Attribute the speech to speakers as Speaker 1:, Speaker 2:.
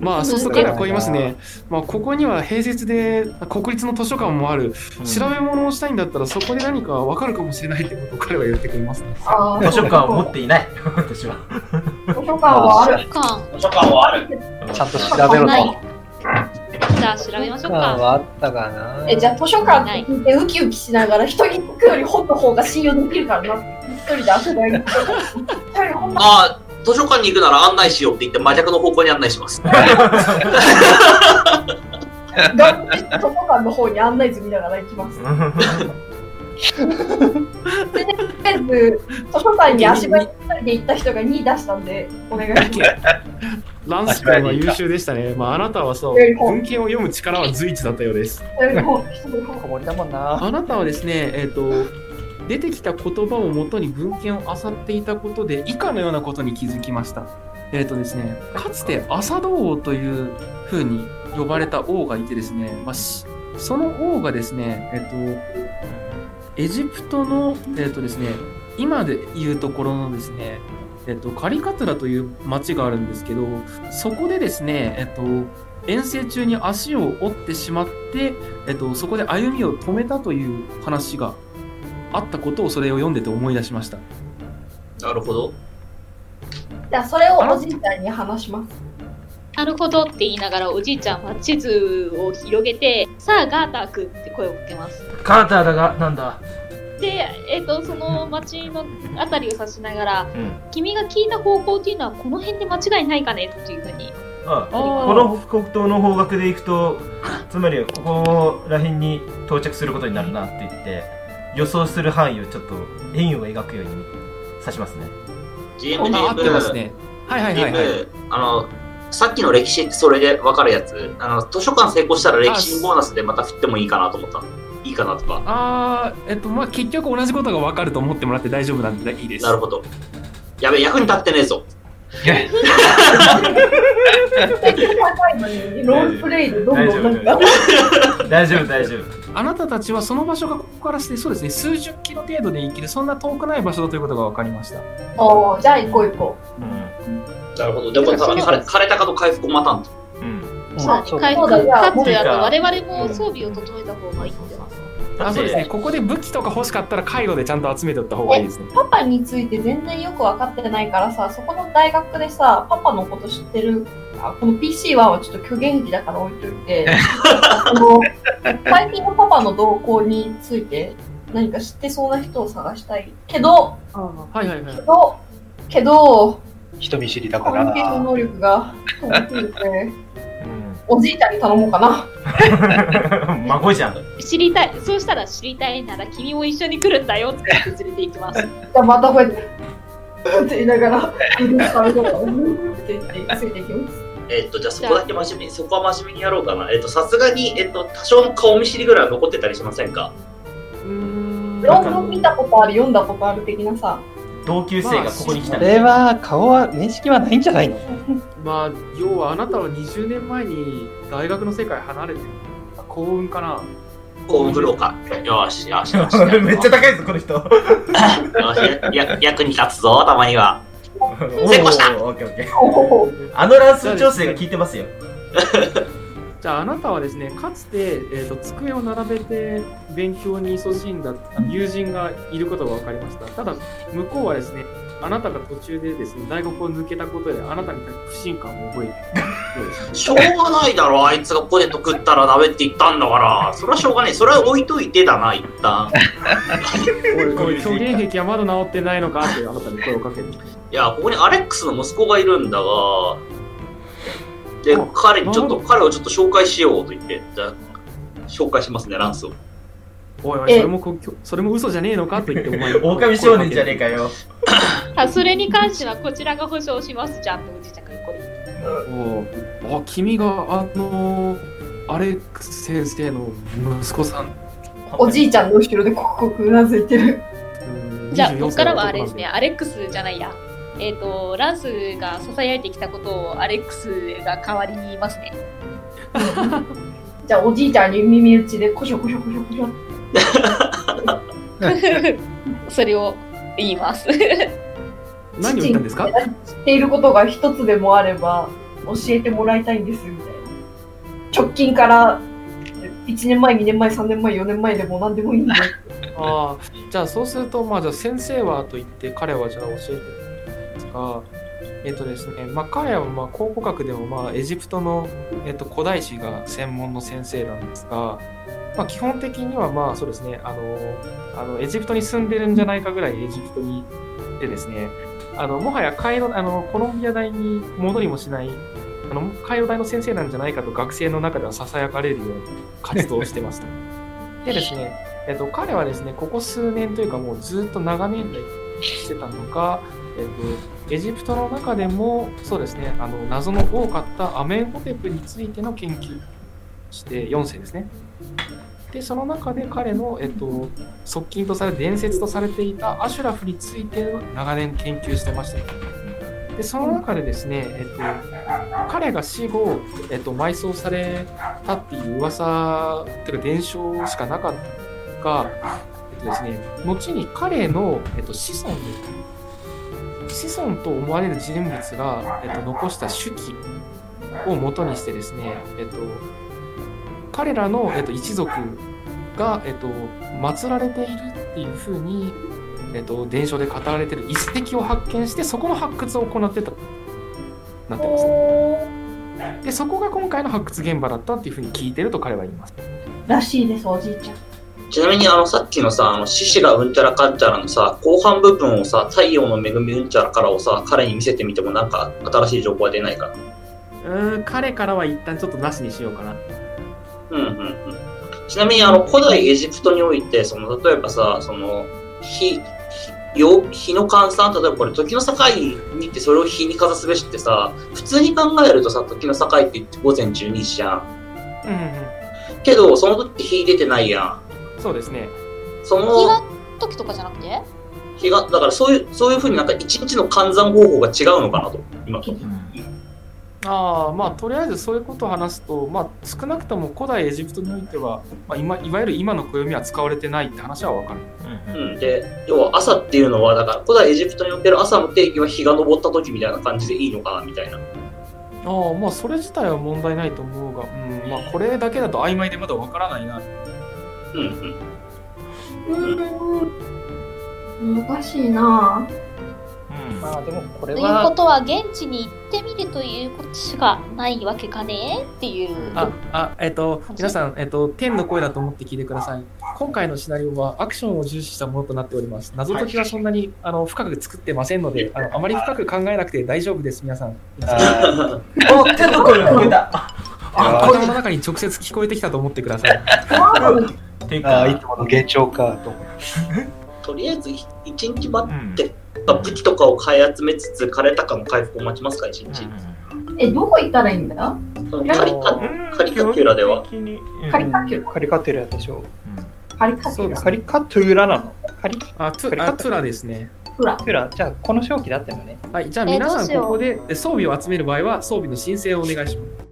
Speaker 1: まあそうすると彼はこう言いますね、まあ、ここには併設で国立の図書館もある、調べ物をしたいんだったらそこで何か分かるかもしれないってことを彼は言ってくれますね。
Speaker 2: あー
Speaker 3: 図書館を持っていない、私は。
Speaker 2: 図書館はある。
Speaker 4: か
Speaker 5: 図書館はある。
Speaker 6: ちゃんと調べろ
Speaker 4: ない
Speaker 6: と。
Speaker 4: じゃあ調べましょう
Speaker 6: 感
Speaker 4: か
Speaker 6: はあったかな。
Speaker 2: えじゃあ図書館って聞いてウキウキしながら人に行くより本の方が信用できるからな一人で遊ばれる一人で本の
Speaker 5: ああ、図書館に行くなら案内しようって言って真逆の方向に案内します。
Speaker 2: 頑張って図書館の方に案内図見ながら行きますとりあえず図書館に足早に2人で行った人が2位出したんでお願いします
Speaker 1: ランス君は優秀でしたね。まああなたはそう、文献を読む力は随一だったようです。
Speaker 2: 一人で本一人で本
Speaker 6: こぼれだもんな。
Speaker 1: あなたはですね、えっと出てきた言葉をもとに文献を漁っていたことで以下のようなことに気づきました。えっ、とですね、かつて朝堂王というふうに呼ばれた王がいてですね、まあ、しその王がですね、えっ、とエジプトのえっ、とですね、今でいうところのですね、えっ、とカリカトラという町があるんですけど、そこでですね、えっ、と遠征中に足を折ってしまって、えっと、そこで歩みを止めたという話があったことをそれを読んでて思い出しました
Speaker 5: なるほど。
Speaker 2: じゃあそれをおじいちゃんに話します
Speaker 4: なるほどって言いながらおじいちゃんは地図を広げてさあガーター君って声をかけます
Speaker 3: カーターだが、なんだ。
Speaker 4: で、えっとその町の辺りを指しながら
Speaker 3: うん。
Speaker 4: 君が聞いた方向っていうのはこの辺で間違いないかねっていうふうに
Speaker 3: ああこ
Speaker 1: この
Speaker 3: の北東の方角で行くと、つまりここら辺に到着することになるなって言って、予想する範囲をちょっと円を描くように指しますね。
Speaker 5: ジム
Speaker 1: あ
Speaker 5: ジ
Speaker 1: 合ってます
Speaker 5: ム、
Speaker 1: ねはいはい
Speaker 5: ジ
Speaker 1: はいはい
Speaker 5: ム、あの、さっきの歴史ってそれで分かるやつ、あの図書館成功したら歴史ボーナスでまた振ってもいいかなと思った。いいかなとか。
Speaker 1: あーえっとまあ結局同じことが分かると思ってもらって大丈夫なんでいいです
Speaker 5: なるほど。やべ、役に立ってねえぞ。
Speaker 2: 高いのにロールプレイでどんどんなんか
Speaker 3: 大丈夫、大丈夫。
Speaker 1: あなたたちはその場所がここからしてそうですね数十キロ程度で行けるそんな遠くない場所だということが分かりました
Speaker 2: おーじゃあ行こう行こ
Speaker 3: う
Speaker 5: なるほど。でも、
Speaker 4: だから
Speaker 5: 枯れ枯れたかと回復を待たんと。
Speaker 3: ん。うん。
Speaker 6: うん
Speaker 2: そう
Speaker 6: そう
Speaker 4: 回
Speaker 6: か。
Speaker 4: 復か
Speaker 3: て
Speaker 4: つて
Speaker 3: か
Speaker 4: あと我々も装備を整えた方がいいんじゃない
Speaker 3: だ
Speaker 1: あ
Speaker 3: っ
Speaker 1: そうですね
Speaker 3: て、
Speaker 1: ここで武器とか欲しかったらカイロでちゃんと集めておった方がいいですね
Speaker 2: うパパについて全然よく分かってないからさそこの大学でさパパのこと知ってるあこの PC1 はちょっと虚言気だから置いといてあの最近のパパの動向について何か知ってそうな人を探したいけど
Speaker 1: はいはいはい
Speaker 2: けどけど
Speaker 6: 人見知りだ
Speaker 2: コ
Speaker 6: か
Speaker 2: ミュニケーション
Speaker 6: ら。
Speaker 2: 能力が高すぎて
Speaker 3: うん
Speaker 2: おじいちゃんに頼もうかな。
Speaker 3: 孫じゃん。
Speaker 4: 知りたいそうしたら知りたいなら君も一緒に来るんだよって言って連れて行きます
Speaker 2: じゃあまたこうやって。 うんって言いながら、うんうんって言ってついていきます。
Speaker 5: えっと、じゃあそこだけ真面目に、そこは真面目にやろうかな。えっと、さすがに、えっと、多少の顔見知りぐらいは残ってたりしませんか
Speaker 1: うーん
Speaker 2: 論文見たことある、読んだことある的なさ。
Speaker 3: 同級生がここに来
Speaker 6: こ
Speaker 3: たん
Speaker 6: れ
Speaker 3: で。
Speaker 6: は顔は面識はないんじゃないの
Speaker 1: まあ要はあなたは20年前に大学の世界離れてる幸運かな
Speaker 5: 幸運振ろうか。よーし、よーし、よーし。
Speaker 3: めっちゃ高いぞ、この人。
Speaker 5: よーしや役に立つぞ、たまには。
Speaker 3: 成
Speaker 5: 功した
Speaker 3: オッケーオッケー。
Speaker 2: おほほ
Speaker 3: あのランス調整が効いてますよ。
Speaker 1: じゃああなたはですねかつて、えー、と机を並べて勉強に勤しんだ友人がいることが分かりましたただ向こうはですねあなたが途中でですね大学を抜けたことであなたに対して不信感を覚えているよう です
Speaker 5: しょうがないだろ、あいつがポテト食ったらダメって言ったんだから。それはしょうがない。それは置いといてだな、一旦。
Speaker 1: これ虚言癖はまだ治ってないのかってあなたに声をかけて
Speaker 5: いや、ここにアレックスの息子がいるんだが、で、彼にちょっと、彼をちょっと紹介しようと言って、じゃあ紹介しますね、ランスを。
Speaker 1: おいおい
Speaker 2: え
Speaker 1: それもこそれも嘘じゃねえのかと言ってお前に
Speaker 3: 狼少年じゃねえかよ。
Speaker 4: あそれに関してはこちらが保証しますじゃんっておじいちゃんがこれ
Speaker 1: おうあ君があのアレックス先生の息子さん
Speaker 2: おじいちゃんの後ろでコクコクうなずいてる。
Speaker 1: うん
Speaker 4: じゃあ
Speaker 1: 24
Speaker 4: ここからはあ
Speaker 1: 歳
Speaker 4: れ
Speaker 1: の
Speaker 4: です
Speaker 1: 男
Speaker 4: ね
Speaker 1: なん
Speaker 4: アレックスじゃないやえっ、とランスがささやいてきたことをアレックスが代わりに言いま すね
Speaker 2: じゃあおじいちゃんに耳打ちでコショコショコショコショ。
Speaker 4: それを言います
Speaker 1: 何を言ったんですか
Speaker 2: 知っていることが一つでもあれば、教えてもらいたいんですみたいな直近から1年前2年前3年前4年前でも何でもいいんで
Speaker 1: ああ、じゃあそうすると、まあじゃあ先生はと言って彼はじゃあ教えてるんですが、えっとですね、まあ彼はまあ考古学でもまあエジプトの、えっと、古代史が専門の先生なんですが、まあ基本的にはまあそうですね、あの、あのエジプトに住んでるんじゃないかぐらいエジプトにいてですね、あの、もはやカイロ、あの、コロンビア大に戻りもしない、あの、カイロ大の先生なんじゃないかと学生の中では囁かれるような活動をしてました。でですね、えっと、彼はですね、ここ数年というかもうずっと長年来してたのが、えっと、エジプトの中でもそうですね、あの謎の多かったアメンホテプについての研究をして4世ですね。で、その中で彼の、えっと、側近とされ、伝説とされていたアシュラフについて長年研究してました。で、その中でですね、えっと、彼が死後、えっと、埋葬されたっていう噂というか伝承しかなかったが、えっとですね、後に彼の、えっと、子孫に子孫と思われる人物が、えっと、残した手記を元にしてですね、えっと、彼らの、えっと、一族が、えっと、祀られているっていうふうに、えっと、伝承で語られている一石を発見してそこの発掘を行ってたなってます、でそこが今回の発掘現場だったっていうふうに聞いてると彼は言います。
Speaker 2: らしいですおじいちゃん
Speaker 5: ちなみにあのさっきのさ、あの獅子がうんちゃらかんちゃらのさ、後半部分をさ、太陽の恵みうんちゃらからをさ、彼に見せてみてもなんか新しい情報は出ないかな。
Speaker 1: うーん、彼からは一旦ちょっとなしにしようかな。
Speaker 5: うんうんうん。ちなみにあの古代エジプトにおいて、その例えばさ、その火、陽火の換算、例えばこれ時の境にってそれを火にかざすべしってさ、普通に考えるとさ、時の境って午前12時じゃん。
Speaker 1: うん、う
Speaker 5: けど、その時って火出てないやん。
Speaker 1: ん、そうですね。
Speaker 5: その
Speaker 4: 日が時とかじゃなくて
Speaker 5: 日が、だからそういう、そういうふうになんか一日の換算方法が違うのかなと、今と。
Speaker 1: ああ、まあ、とりあえずそういうことを話すと、まあ、少なくとも古代エジプトにおいては、まあ、今いわゆる今の暦は使われてないって話はわかる。
Speaker 3: うん
Speaker 5: うん、で要は朝っていうのはだから古代エジプトにおける朝の定義は日が昇った時みたいな感じでいいのかなみたいな
Speaker 1: ああ、まあ、それ自体は問題ないと思うが、うん、まあ、これだけだと曖昧でまだわからないな。
Speaker 5: うんうん
Speaker 2: 難しいなぁ
Speaker 3: うん
Speaker 6: まあでもことれ
Speaker 4: いう
Speaker 6: は
Speaker 4: ことは現地に行ってみるということしかないわけかねっていう
Speaker 1: あ、あ、えっと、皆さん、えっと、天の声だと思って聞いてください。今回のシナリオはアクションを重視したものとなっております。謎解きはそんなに、あの、深く作ってませんので、あの、あまり深く考えなくて大丈夫です、皆さん。
Speaker 6: あ
Speaker 3: お手の声が増えたあこ
Speaker 1: 頭の中に直接聞こえてきたと思ってください。
Speaker 3: れていう
Speaker 6: ーあ
Speaker 3: か
Speaker 6: ーいつもの幻聴かと思って
Speaker 5: とりあえず一日待
Speaker 3: う
Speaker 5: っ
Speaker 3: ん
Speaker 5: た武器とかを買い集めつつ枯れたかの回復を待ちますか一日、
Speaker 2: えどこ行ったらいいんだ
Speaker 5: そのカリカ
Speaker 3: うん
Speaker 5: カリカキュラでは
Speaker 3: 基本的にうん
Speaker 2: カリカキュラ
Speaker 6: カリカトゥラでしょ
Speaker 2: カリカキュラ
Speaker 6: カリカトゥラなのカリカ
Speaker 1: あ、トゥあトゥラですね。
Speaker 2: フラ
Speaker 6: トゥラじゃあこの正気だったのね
Speaker 1: はい、じゃあ
Speaker 4: えー
Speaker 1: 皆さ
Speaker 4: どうんしよう
Speaker 1: ここでえ装備を集める場合は装備の申請をお願いします。